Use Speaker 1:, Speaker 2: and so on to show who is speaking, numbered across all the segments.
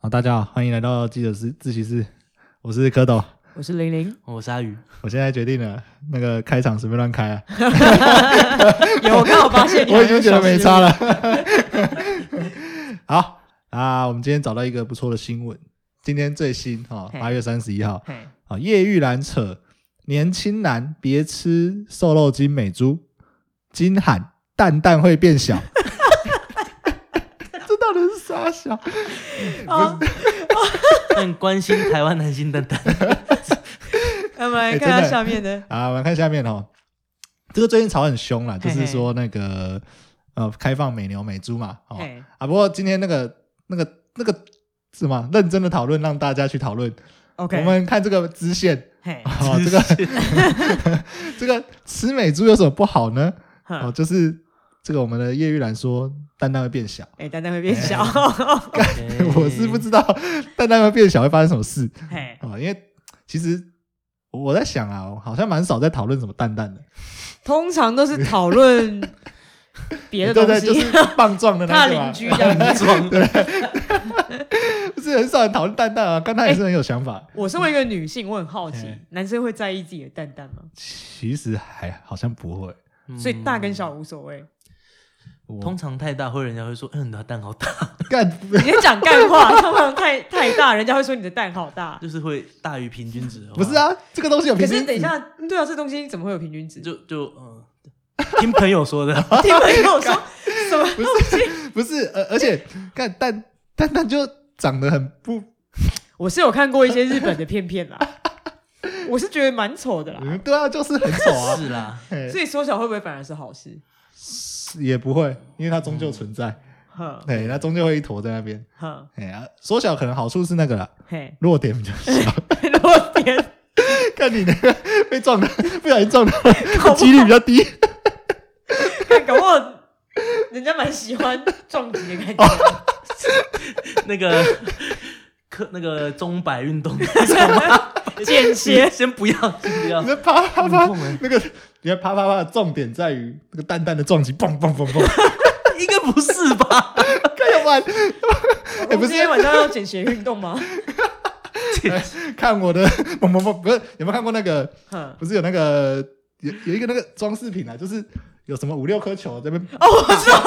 Speaker 1: 好，大家好，欢迎来到记者室自习室，我是蝌蚪。
Speaker 2: 我是玲玲，
Speaker 3: 哦我是阿 宇，
Speaker 1: 我现在决定了，那个开场随便乱开啊，
Speaker 2: 有我刚好发现你，
Speaker 1: 我已经觉得没差。了。 好啊，我们今天找到一个不错的新闻，今天最新哈，
Speaker 2: 嘿
Speaker 1: 八、月三十一号，
Speaker 2: 嘿，
Speaker 1: 啊，叶玉兰扯年轻男别吃瘦肉精美猪，金喊蛋蛋会变小。 这到底是啥小？哎
Speaker 2: 好，
Speaker 3: 很关心台湾男性蛋 蛋。
Speaker 2: 那我们来看一
Speaker 1: 哎真
Speaker 2: 下
Speaker 1: 的
Speaker 2: 下面的，
Speaker 1: 啊，我们看下面哦，这个最近吵很凶啦，就
Speaker 2: 嘿
Speaker 1: 是
Speaker 2: 嘿
Speaker 1: 说那个呃开放美牛美猪嘛，哦
Speaker 2: 嘿，
Speaker 1: 啊，不过今天那个那个那个什么认真的讨论，让大家去讨论。
Speaker 2: OK，
Speaker 1: 我们看这个支线，
Speaker 2: 嘿，
Speaker 1: 哦，这个这个 吃美猪有什么不好呢？哦，
Speaker 2: 哼
Speaker 1: 就是这个我们的叶玉兰说蛋蛋会变小，
Speaker 2: 哎，蛋蛋会变小，
Speaker 1: 哎 我是不知道蛋蛋会变小会发生什么事
Speaker 2: 嘿，
Speaker 1: 哦，因为其实我在想啊，好像蛮少在讨论什么蛋蛋的，
Speaker 2: 通常都是讨论别的
Speaker 1: 对
Speaker 2: 东
Speaker 1: 对，就
Speaker 2: 西，
Speaker 1: 是 棒状的
Speaker 2: 他
Speaker 1: 那
Speaker 2: 的
Speaker 1: 个
Speaker 2: 邻
Speaker 1: 嘛，
Speaker 2: 居这样 子。
Speaker 3: 撞的。
Speaker 1: 不是很少人讨论蛋蛋啊。刚才也是很有想法，
Speaker 2: 我身为一个女性，我很好奇
Speaker 1: 嘿，
Speaker 2: 男生会在意自己的蛋蛋吗？
Speaker 1: 其实还好像不会，
Speaker 2: 所以大跟小无所谓。
Speaker 1: 我
Speaker 3: 嗯通常太大会，人家会说：“嗯，你的蛋好大。
Speaker 1: 干
Speaker 2: 你在讲干话，通常太太大，人家会说你的蛋好”大。
Speaker 3: 就是会大于平均值。
Speaker 1: 不是，啊，这个东西有
Speaker 2: 可
Speaker 1: 平
Speaker 2: 是
Speaker 1: 均
Speaker 2: 等一
Speaker 1: 值。
Speaker 2: 下，对啊，这东西怎么会有平均值？
Speaker 3: 就就嗯，听朋友说的。
Speaker 1: 啊
Speaker 2: 听朋友说什么？
Speaker 1: 不是，呃而、而且看蛋蛋蛋就长得很不，
Speaker 2: 我是有看过一些日本的片片 啦，我是觉得蛮丑的啦，
Speaker 1: 嗯对啊，就是很丑 啊，
Speaker 3: 是啦，
Speaker 1: 嘿
Speaker 2: 所以缩小会不会反而是好事？
Speaker 1: 也不会，因为它终究存在，
Speaker 2: 哼
Speaker 1: 对，它终究会一坨在那边。
Speaker 2: 哼
Speaker 1: 哎呀，缩小可能好处是那个啦，
Speaker 2: 嘿，
Speaker 1: 弱点比较小。
Speaker 2: 落点
Speaker 1: 看你那个被撞的，不小心 撞到的
Speaker 2: 搞不
Speaker 1: 几率比较低。
Speaker 2: 看，搞不好人家蛮喜欢撞击的感
Speaker 1: 哦
Speaker 2: 觉。
Speaker 3: 那个科那个钟摆 运动，
Speaker 2: 间
Speaker 3: 先
Speaker 2: 歇
Speaker 3: 先不要，先不要
Speaker 1: 你。在啪啪
Speaker 3: 很
Speaker 1: 啪
Speaker 3: 痛欸
Speaker 1: 那个，你在啪啪啪的重点在于那个蛋蛋的撞击，嘣嘣嘣嘣，
Speaker 3: 应该不是 吧？
Speaker 1: 看要不然
Speaker 2: 我
Speaker 1: 哎不
Speaker 2: 们
Speaker 1: 是
Speaker 2: 今天晚上要减血运 动吗？
Speaker 1: 看我的嘣嘣嘣，不是有没有看过那个？
Speaker 2: 哼，
Speaker 1: 不是有那个有有一个那个装饰品啊，就是有什么五六颗球在那边
Speaker 2: 哦，我知道，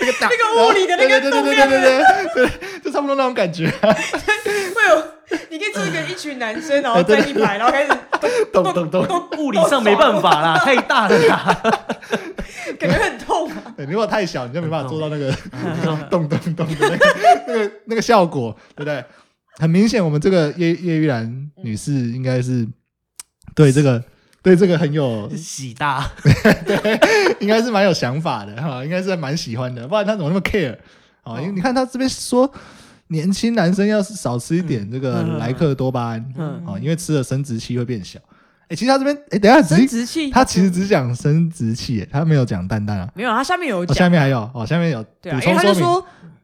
Speaker 1: 那个打
Speaker 2: 那个物理的那个
Speaker 1: 对对对对对对对对，就差不多那种感觉，啊
Speaker 2: 会有，你可以做一个一群男生，然后站一排，然后开始
Speaker 1: 咚咚咚。
Speaker 3: 物理上没办法啦，太大了啦。
Speaker 2: 感觉很痛啊。
Speaker 1: 对，你如果太小，你就没办法做到那个
Speaker 3: 嗯
Speaker 1: 咚咚咚的那个那个那个效果，对不对？很明显，我们这个叶叶玉兰女士应该是对这个对这个很有，
Speaker 3: 喜大，
Speaker 1: 应该是蛮有想法的哈，应该是蛮喜欢的，不然她怎么那么 care 哦？因为你看她这边说，年轻男生要是少吃一点这个
Speaker 2: 嗯嗯嗯
Speaker 1: 莱克多巴胺
Speaker 2: 嗯
Speaker 1: 哦，因为吃了生殖器会变小。哎，其实她这边哎，等一下
Speaker 2: 生
Speaker 1: 只
Speaker 2: 殖器，
Speaker 1: 她其实只讲生殖器耶，她没有讲蛋蛋啊。
Speaker 2: 没有，他下面有
Speaker 1: 哦，下
Speaker 2: 讲，
Speaker 1: 面还有哦，下面有
Speaker 2: 对啊
Speaker 1: 补，
Speaker 2: 因为
Speaker 1: 充
Speaker 2: 他
Speaker 1: 说
Speaker 2: 就
Speaker 1: 明。
Speaker 2: 说，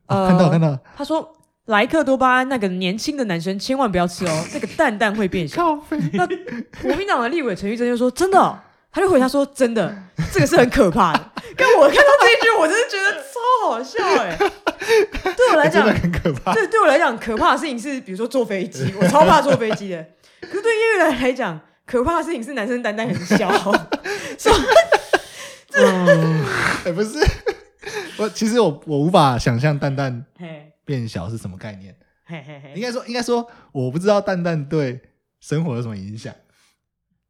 Speaker 1: 哦
Speaker 2: 呃，
Speaker 1: 看到看到，
Speaker 2: 他说莱克多巴胺那个年轻的男生千万不要吃 哦，那个蛋蛋会变 小。
Speaker 1: 靠 背，
Speaker 2: 那国民党的立委陈玉珍就说：“真的哦、他就回答说：“真的，这个是很可怕的。” 跟我看到这一句，我真的觉得超好笑哎、 对我来
Speaker 1: 欸 真
Speaker 2: 讲
Speaker 1: 的，很可怕。
Speaker 2: 对对我来讲，可怕的事情是比如说坐飞机，我超怕坐飞机 的。可是对音乐人来讲，可怕的事情是男生蛋蛋很 小，说哦
Speaker 1: 欸、不是， 我其实我我无法想象蛋蛋
Speaker 2: 嘿
Speaker 1: 变小是什么概念。
Speaker 2: 嘿嘿嘿
Speaker 1: 应。该说，应该说，我不知道蛋蛋对生活有什么影响。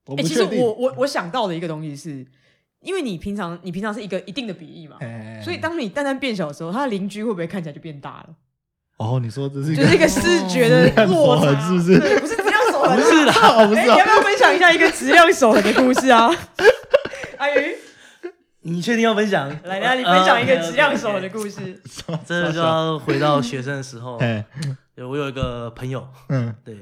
Speaker 1: 我不
Speaker 2: 哎、其实
Speaker 1: 确定。
Speaker 2: 我我我想到的一个东西是，因为你平常你平常是一个一定的比例嘛，
Speaker 1: 欸
Speaker 2: 所以当你蛋蛋变小的时候，他的邻居会不会看起来就变大了？
Speaker 1: 哦，你说这是一
Speaker 2: 就
Speaker 1: 个
Speaker 2: 是一个视觉的落
Speaker 1: 哦
Speaker 2: 差，
Speaker 1: 是不是
Speaker 2: 对，不是质量守恒啊，
Speaker 3: 不是啦，
Speaker 1: 哦，不
Speaker 2: 哎、
Speaker 1: 是
Speaker 2: 你要
Speaker 1: 哦，
Speaker 2: 不要分享一下一个质量守恒的故事啊？阿云，
Speaker 3: 你确定要分享？
Speaker 2: 来，来，你分享一
Speaker 3: 哦
Speaker 2: 个质量守
Speaker 3: 手
Speaker 2: 恒的故事。
Speaker 3: 真啊的就要回到学生的时 候。
Speaker 1: 哎，
Speaker 3: 对我有一个朋友，
Speaker 1: 嗯
Speaker 3: 对，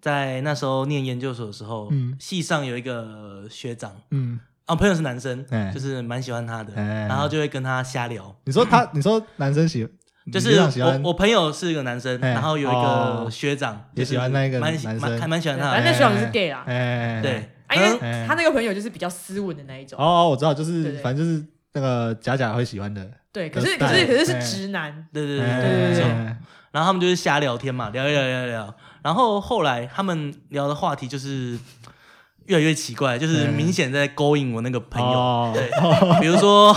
Speaker 3: 在那时候念研究所的时候，
Speaker 1: 嗯
Speaker 3: 系上有一个学长，
Speaker 1: 嗯，
Speaker 3: 啊，朋友是男生，
Speaker 1: 哎
Speaker 3: 就是蛮喜欢他的，
Speaker 1: 哎
Speaker 3: 然后就会跟他瞎聊。
Speaker 1: 你说他，你说男生喜，
Speaker 3: 就
Speaker 1: 你
Speaker 3: 是
Speaker 1: 这样喜欢
Speaker 3: 我，我朋友是一个男生，
Speaker 1: 哎
Speaker 3: 然后有一
Speaker 1: 哦
Speaker 3: 个学长
Speaker 1: 也喜欢
Speaker 3: 就是
Speaker 1: 那一个
Speaker 3: 蛮
Speaker 1: 男生
Speaker 3: 蛮还蛮喜欢他
Speaker 2: 反正那
Speaker 3: 的，
Speaker 2: 学长是 gay 啊啦。
Speaker 1: 哎，
Speaker 3: 对，
Speaker 2: 哎、啊因为
Speaker 1: 嗯
Speaker 2: 他那个朋友就是比较斯文的那一种，
Speaker 1: 哦哦，我知道，就是
Speaker 2: 对对
Speaker 1: 反正就是那个假假会喜欢的，
Speaker 2: 对，可是
Speaker 1: 就
Speaker 2: 可
Speaker 1: 是
Speaker 2: 是可是
Speaker 1: 哎
Speaker 2: 是直男，
Speaker 3: 对对对对对
Speaker 1: 哎
Speaker 3: 对，然后他们就是瞎聊天嘛，聊一聊聊一聊，然后后来他们聊的话题就是越来越奇怪，
Speaker 1: 哎
Speaker 3: 就是明显在勾引我那个朋友，
Speaker 1: 哦
Speaker 3: 对， 比如说，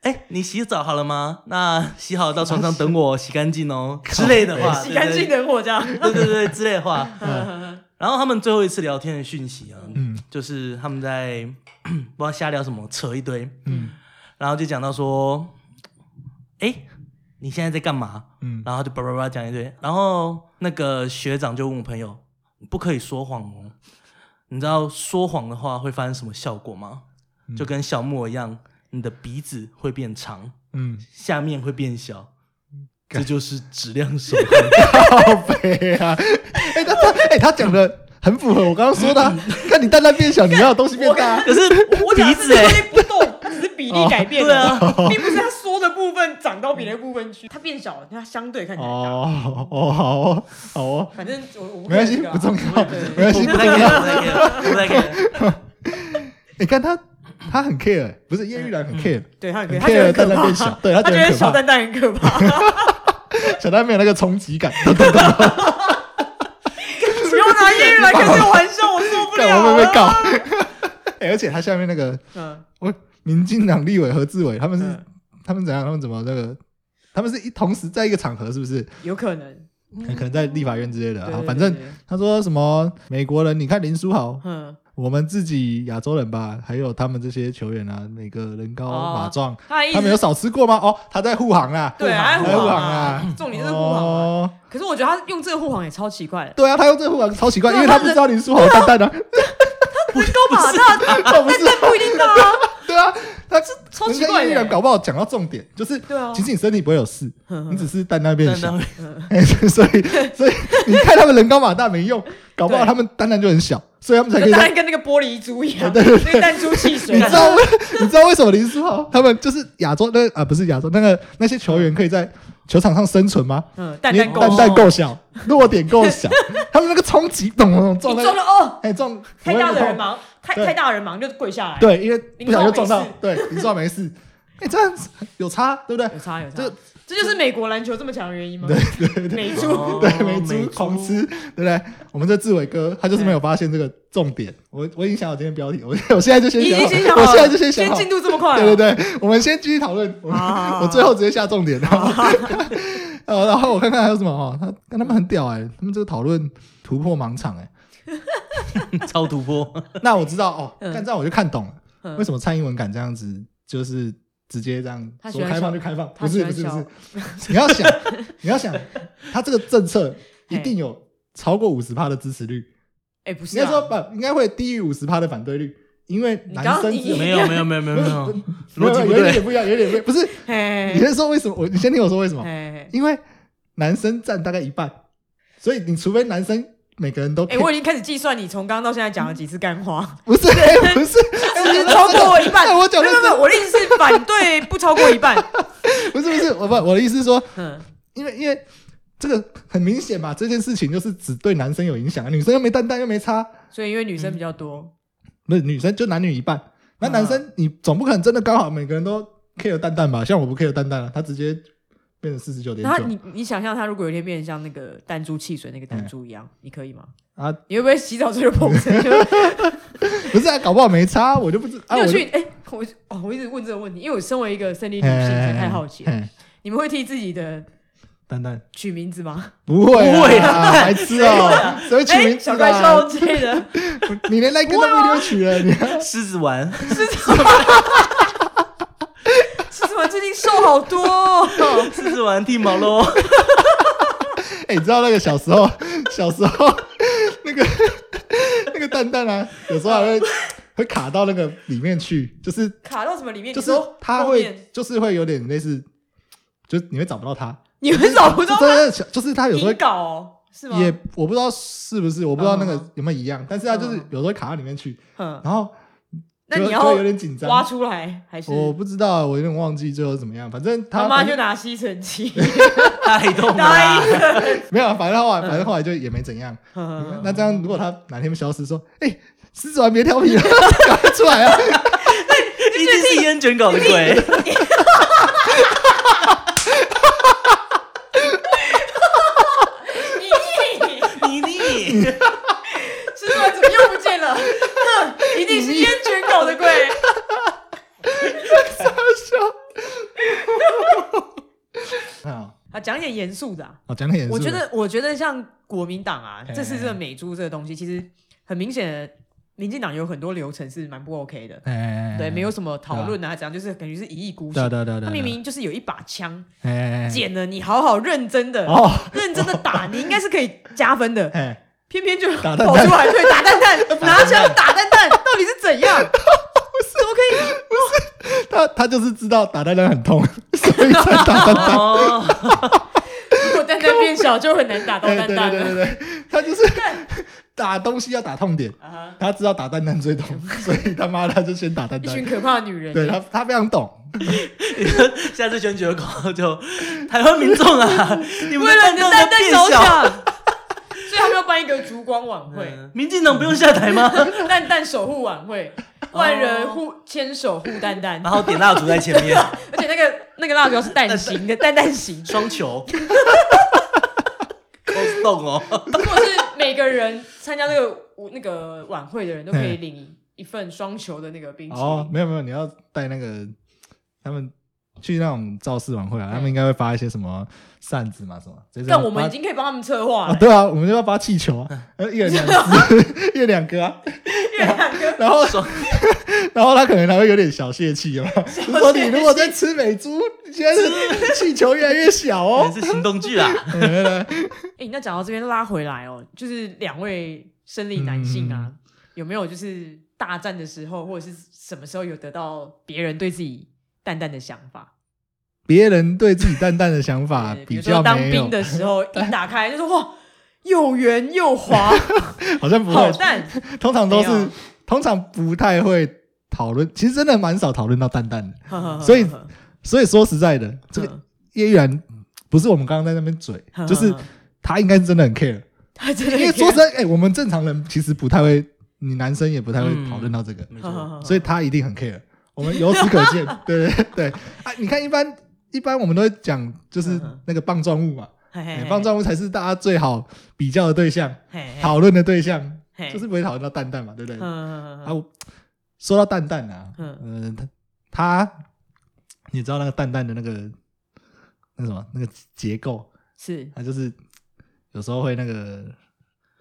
Speaker 3: 哎，你洗澡好了吗？那洗好到床上等我，洗干净哦之类的话，
Speaker 2: 洗干净
Speaker 3: 的，
Speaker 2: 等我这样。
Speaker 3: 对对对之类的话。
Speaker 1: 嗯
Speaker 3: 然后他们最后一次聊天的讯息啊，
Speaker 1: 嗯
Speaker 3: 就是他们在 不知道瞎聊什么，扯一堆，
Speaker 1: 嗯
Speaker 3: 然后就讲到说，哎，你现在在干嘛？
Speaker 1: 嗯，
Speaker 3: 然后就叭叭叭讲一堆，然后那个学长就问我朋友，不可以说谎哦，你知道说谎的话会发生什么效果吗？
Speaker 1: 嗯
Speaker 3: 就跟小木偶一样，你的鼻子会变长，
Speaker 1: 嗯，
Speaker 3: 下面会变小，
Speaker 1: 干
Speaker 3: 这就是质量守恒。
Speaker 1: 好肥啊！哎，他他哎，他讲的很符合我刚刚说的啊，看你蛋蛋变小，你要的东西变 大啊，
Speaker 3: 可是
Speaker 2: 我讲的
Speaker 3: 鼻子
Speaker 2: 是
Speaker 3: 哎、
Speaker 2: 东西不动，只是比例改变了，
Speaker 3: 哦
Speaker 1: 啊
Speaker 2: 并不是他说的部分长到别的部分去，它变小了，它相对看起来大。
Speaker 1: 哦哦好哦好哦，
Speaker 2: 反正我我
Speaker 1: 没关系
Speaker 2: 不 care 这个啊
Speaker 1: 不重要
Speaker 2: 我也对对
Speaker 1: 没关系
Speaker 3: 我不太 care，我不太 care，我不啊太 care。
Speaker 1: 你哎看他他很 care，欸不是叶玉兰很 care，
Speaker 2: 对他很
Speaker 1: 很
Speaker 2: 他觉
Speaker 1: care
Speaker 2: 得很可
Speaker 1: 蛋蛋
Speaker 2: 怕，
Speaker 1: 变小，对他
Speaker 2: 他
Speaker 1: 觉得
Speaker 2: 觉得
Speaker 1: 很可
Speaker 2: 小
Speaker 1: 怕，
Speaker 2: 蛋蛋很 可怕，
Speaker 1: 小蛋没有那个冲击 感，
Speaker 2: 不用拿英语来开这个玩笑，我受不
Speaker 1: 干
Speaker 2: 了啊
Speaker 1: 我会被
Speaker 2: 了。
Speaker 1: 告。 哎，而且他下面那个
Speaker 2: 嗯，
Speaker 1: 我民进党立委何志伟，他们是、
Speaker 2: 嗯
Speaker 1: 他们怎样？他们怎么那个？他们是一同时在一个场合，是不是？
Speaker 2: 有可能。
Speaker 1: 可可能在立法院之类的。
Speaker 2: 对
Speaker 1: 啊
Speaker 2: 对，对
Speaker 1: 反正
Speaker 2: 对对
Speaker 1: 他说什么美国人，你看林书豪，
Speaker 2: 嗯，
Speaker 1: 我们自己亚洲人吧，还有他们这些球员啊，每个人高
Speaker 2: 哦
Speaker 1: 马壮，
Speaker 2: 他的意
Speaker 1: 他们有
Speaker 2: 思
Speaker 1: 少吃过吗？哦，他在护航啦，
Speaker 2: 对啊，
Speaker 1: 护
Speaker 2: 他在
Speaker 1: 航
Speaker 2: 护航
Speaker 1: 啊
Speaker 2: 啊，，重点是护航啊。
Speaker 1: 哦，
Speaker 2: 可是我觉得他用这个护航也超奇怪的，
Speaker 1: 对啊，他用这个护航超奇怪，
Speaker 2: 对
Speaker 1: 因
Speaker 2: 啊
Speaker 1: 为他不知道林书豪的蛋 蛋啊，
Speaker 2: 不是高马大，但
Speaker 1: 我不是啊，
Speaker 2: 但不一定大 啊，
Speaker 1: 对啊，他是
Speaker 2: 超奇怪
Speaker 1: 人家
Speaker 2: 的
Speaker 1: 人。搞不好讲到重点，就是
Speaker 2: 对啊嗯
Speaker 1: 其实你身体不会有事，你只是蛋蛋变
Speaker 3: 但
Speaker 1: 小
Speaker 3: 他。会
Speaker 1: 哎，所以所以你看他们人高马大没用，搞不好
Speaker 2: 对
Speaker 1: 他们单蛋就很小，所以他们才可
Speaker 2: 就
Speaker 1: 以
Speaker 2: 当
Speaker 1: 在。
Speaker 2: 然跟那个玻璃珠一样，
Speaker 1: 对
Speaker 2: 那个弹珠汽
Speaker 1: 你
Speaker 2: 水啊
Speaker 1: 知。道为 你知道为什么林书豪他们就是亚洲那啊不是亚洲那个那些球员可以在球场上生存吗？
Speaker 2: 嗯，蛋
Speaker 1: 因为
Speaker 2: 蛋
Speaker 1: 蛋
Speaker 2: 狗，
Speaker 1: 蛋够小， 落点够小，他们那个冲击咚咚咚撞
Speaker 2: 你
Speaker 1: 在
Speaker 2: 撞了哦，
Speaker 1: 哎撞
Speaker 2: 太大的人，忙，太
Speaker 1: 对
Speaker 2: 太大的人忙就跪下来。，
Speaker 1: 对，因为不小心就
Speaker 2: 林
Speaker 1: 撞
Speaker 2: 书
Speaker 1: 到
Speaker 2: 豪没事，
Speaker 1: 对林书豪没 事，哎这样子有差对不对？
Speaker 2: 有差有差，
Speaker 1: 这
Speaker 2: 这就是美国篮球这么强的原因吗？美
Speaker 3: 哦
Speaker 2: 珠，
Speaker 1: 对，美
Speaker 3: 美
Speaker 1: 猪
Speaker 3: 猪
Speaker 1: 狂吃，对不对？我们这志伟哥他就是没有发现这个重点。我我已经想好今天标题，我我现在就先
Speaker 2: 你已
Speaker 1: 想
Speaker 2: 经
Speaker 1: 好，
Speaker 2: 先想好
Speaker 1: 我
Speaker 2: 了，
Speaker 1: 现在就先想好。
Speaker 2: 进度这么快，啊
Speaker 1: 对对，对，我们先继续讨论。我
Speaker 2: 好好好
Speaker 1: 我最后直接下重点，然 后呃，然后我看看还有什么哦，他但他们很屌哎、他们这个讨论突破盲场哎、
Speaker 3: 超突破，
Speaker 1: 那我知道哦，
Speaker 2: 嗯
Speaker 1: 干这样我就看懂了，
Speaker 2: 嗯
Speaker 1: 为什么蔡英文敢这样子，就是直接这样
Speaker 2: 他喜
Speaker 1: 说
Speaker 2: 欢
Speaker 1: 开放
Speaker 2: 小
Speaker 1: 就开放，
Speaker 2: 他
Speaker 1: 不是
Speaker 2: 喜
Speaker 1: 不
Speaker 2: 欢
Speaker 1: 是不
Speaker 2: 小
Speaker 1: 是，你要 想，你要想，他这个政策一定有超过五十趴的支持率，
Speaker 2: 哎，不
Speaker 1: 应
Speaker 2: 是
Speaker 1: 该
Speaker 2: 啊，
Speaker 1: 说不，应该会低于五十趴的反对率，因为
Speaker 2: 你
Speaker 1: 男
Speaker 2: 刚
Speaker 1: 生
Speaker 2: 你
Speaker 1: 只有
Speaker 3: 没有没有没有没有没有，
Speaker 1: 没有
Speaker 3: 逻辑
Speaker 1: 有一
Speaker 3: 不对
Speaker 1: 点不一样，有一点不一样不是。
Speaker 2: 嘿
Speaker 1: 你先说为什么？我你先听我说为什么？
Speaker 2: 哎，
Speaker 1: 因为男生占大概一半，所以你除非男生每个人都
Speaker 2: 哎，
Speaker 1: 骗，
Speaker 2: 我已经开始计算你从刚刚到现在讲了几次干话，
Speaker 1: 不是哎不是，
Speaker 2: 只是超过一半。
Speaker 1: 哎我讲
Speaker 2: 没
Speaker 1: 的
Speaker 2: 有没有没有，我的意思是反对不超过一半。
Speaker 1: 不是不是，我不我的意思是说，
Speaker 2: 嗯，
Speaker 1: 因为因为这个很明显嘛，这件事情就是只对男生有影响，女生又没蛋蛋又没差，
Speaker 2: 所以因为女生比较多，
Speaker 1: 不是女生就男女一半，那
Speaker 2: 嗯
Speaker 1: 男生你总不可能真的刚好每个人都 care 蛋蛋吧？像我不 care 蛋蛋了，他直接变成四十九点
Speaker 2: 然后
Speaker 1: 九
Speaker 2: 你你想象他如果有一天变得像那个弹珠汽水那个弹
Speaker 1: 嗯
Speaker 2: 珠一样，你可以吗？
Speaker 1: 啊，
Speaker 2: 你会不会洗澡时候就碰着？ 就
Speaker 1: 不是啊，搞不好没差，我就不知啊，
Speaker 2: 你
Speaker 1: 我
Speaker 2: 有
Speaker 1: 就
Speaker 2: 去哎、我哦，我一直问这个问题，因为我身为一个生理女
Speaker 1: 哎
Speaker 2: 性，才太好奇了。
Speaker 1: 嘿嘿嘿
Speaker 2: 你们会替自己的
Speaker 1: 蛋蛋
Speaker 2: 取名字吗？
Speaker 1: 不会
Speaker 3: 不会
Speaker 1: 啊， 白痴哦，谁会 取
Speaker 2: 哎、
Speaker 1: 名字
Speaker 2: 小
Speaker 1: 啊
Speaker 2: 怪兽之类的，
Speaker 1: 你连那个都不一定取了，你
Speaker 3: 狮子丸，
Speaker 2: 是什么？最近瘦好多、哦，
Speaker 3: 狮子丸剃毛喽，
Speaker 1: 哎、你知道那个小时候， 小时候那个 那个蛋蛋啊，有时候还会 会卡到那个里面去，就是
Speaker 2: 卡到什么里面？
Speaker 1: 就是
Speaker 2: 你说
Speaker 1: 它
Speaker 2: 后面
Speaker 1: 会就是会有点类似，就你会找不到它，
Speaker 2: 你们找不
Speaker 1: 就
Speaker 2: 到
Speaker 1: 真的小就是它有时候
Speaker 2: 引稿、哦、是吗？
Speaker 1: 也我不知道是不是，我不知道那个
Speaker 2: 嗯
Speaker 1: 有没有一样，但是它就是
Speaker 2: 嗯
Speaker 1: 有时候会卡到里面去，
Speaker 2: 嗯，
Speaker 1: 然后
Speaker 2: 那
Speaker 1: 就
Speaker 2: 你
Speaker 1: 就
Speaker 2: 要
Speaker 1: 会有点紧张，
Speaker 2: 挖出来还是？
Speaker 1: 我不知知道，我有点忘记最后怎么样，反正
Speaker 2: 他
Speaker 1: 它
Speaker 2: 妈就拿吸尘器，
Speaker 3: 太痛了
Speaker 2: 答
Speaker 3: 啦。
Speaker 2: 应了。
Speaker 1: 没有啊，反正后来
Speaker 2: 嗯
Speaker 1: 反正后来就也没怎样。那这样，如果他哪天消失，说，哎、狮子丸别调皮了， 赶快出来啊！
Speaker 3: 一定是烟卷搞的鬼。
Speaker 2: 咦
Speaker 3: 你 你，
Speaker 2: 吃完怎么又不见了？哼，一定是烟卷搞的鬼。
Speaker 1: 啊，
Speaker 2: 啊，讲一点严肃的、啊。
Speaker 1: 我讲的也是，
Speaker 2: 我觉得，我觉得像国民党啊，
Speaker 1: 嘿
Speaker 2: 这次这个美猪这个东西，其实很明显，民进党有很多流程是蛮不 OK 的。
Speaker 1: 哎，哎，哎
Speaker 2: 对，没有，什么讨论啊，怎样，就是感觉是一意孤
Speaker 1: 对啊
Speaker 2: 行。
Speaker 1: 对对对，
Speaker 2: 他
Speaker 1: 对
Speaker 2: 明，明就是有一把枪，
Speaker 1: 哎哎，哎
Speaker 2: 捡了你好好认真的、
Speaker 1: 哦，
Speaker 2: 认真的打，你应该是可以加分的，
Speaker 1: 哎，
Speaker 2: 偏偏就
Speaker 1: 打
Speaker 2: 跑
Speaker 1: 蛋蛋
Speaker 2: 出来对打蛋 蛋，拿枪打蛋蛋，到底是怎样？怎么可以
Speaker 1: 他他就是知道打蛋蛋很 痛，所以才打蛋蛋。
Speaker 3: 哦，
Speaker 2: 如果蛋蛋变小，就很难打到
Speaker 1: 哎，
Speaker 2: 蛋啊
Speaker 1: 对
Speaker 2: 蛋
Speaker 1: 对
Speaker 2: 了。
Speaker 1: 对对对，他就是打东西要打痛点，
Speaker 2: 啊
Speaker 1: 他知道打蛋蛋最痛，所以他妈他就先打蛋
Speaker 2: 一群
Speaker 1: 蛋。
Speaker 2: 可怕的女人，
Speaker 1: 对他，他非常懂，
Speaker 3: 下次选举的口号就台湾民众 啊，你们
Speaker 2: 为了你的蛋蛋
Speaker 3: 变
Speaker 2: 着
Speaker 3: 小，
Speaker 2: 想， 所以他们要办一个烛光晚会、
Speaker 3: 嗯民进党不用下台 吗？
Speaker 2: 蛋蛋守护晚会，万人互牵手护蛋蛋，
Speaker 3: 然后点蜡烛在前面，
Speaker 2: 而且那个那个蜡烛是蛋 形的，蛋蛋形，
Speaker 3: 双球。cos 动哦，
Speaker 2: 如果是每个人参加那个舞那个晚会的人都可以领一份双球的那个冰淇
Speaker 1: 哦，
Speaker 2: 淋。
Speaker 1: 没有没有，你要带那个他们去那种造势晚会啊，他们应该会发一些什么扇子嘛什么。这次
Speaker 2: 嗯但
Speaker 1: 要
Speaker 2: 我们
Speaker 1: 发
Speaker 2: 已经可以帮他们策划
Speaker 1: 啊，
Speaker 2: 了，
Speaker 1: 对啊，我们就要发气球 啊，呃一人两只，一人两个啊，
Speaker 2: 月 亮哥
Speaker 1: 然后
Speaker 3: 爽
Speaker 1: 然后他可能还会有点小泄气嘛，就说你如果在吃美猪，你现在 是气球越来越小
Speaker 3: 可
Speaker 1: 哦
Speaker 3: 能。是行动剧啊，
Speaker 2: 哎、那讲到这边拉回来哦，就是两位生理男性
Speaker 1: 嗯
Speaker 2: 啊，有没有就是大战的时候，或者是什么时候有得到别人对自己淡淡的想法？
Speaker 1: 别人对自己淡淡的想法
Speaker 2: 对比
Speaker 1: 啊比
Speaker 2: 如说
Speaker 1: 较
Speaker 2: 当
Speaker 1: 没有
Speaker 2: 兵，的时 候，一打开就说哇，又圆又滑，
Speaker 1: 好像不
Speaker 2: 好
Speaker 1: 会，
Speaker 2: 淡。
Speaker 1: 通常都
Speaker 2: 没
Speaker 1: 是
Speaker 2: 有
Speaker 1: 通常不太会讨论，其实真的蛮少讨论到淡淡的。
Speaker 2: 呵呵呵
Speaker 1: 所以
Speaker 2: 呵
Speaker 1: 所以说实在的，这个
Speaker 2: 呵
Speaker 1: 叶玉兰不是我们刚刚在那边嘴
Speaker 2: 呵，
Speaker 1: 就是
Speaker 2: 呵呵
Speaker 1: 他应该是真的很 care。
Speaker 2: 他真的
Speaker 1: 因为说实在，哎、我们正常人其实不太会，你男生也不太会
Speaker 3: 嗯
Speaker 1: 讨论到这个，
Speaker 3: 没
Speaker 2: 呵呵
Speaker 3: 错，
Speaker 2: 呵
Speaker 1: 所以他一定很 care。我们由此可见，对对对啊！你看，一般一般我们都会讲，就是
Speaker 2: 嗯嗯
Speaker 1: 那个棒状物嘛，
Speaker 2: 嘿嘿
Speaker 1: 哎
Speaker 2: 嘿
Speaker 1: 棒状物才是大家最好比较的对象、
Speaker 2: 嘿嘿
Speaker 1: 讨论的对象，
Speaker 2: 嘿
Speaker 1: 就是不会讨论到蛋蛋嘛，对不对？
Speaker 2: 呵
Speaker 1: 啊，
Speaker 2: 呵呵呵
Speaker 1: 我说到蛋蛋啊，
Speaker 2: 嗯
Speaker 1: 嗯，他他，你知道那个蛋蛋的那个那什么那个结构，
Speaker 2: 是
Speaker 1: 它就是有时候会那个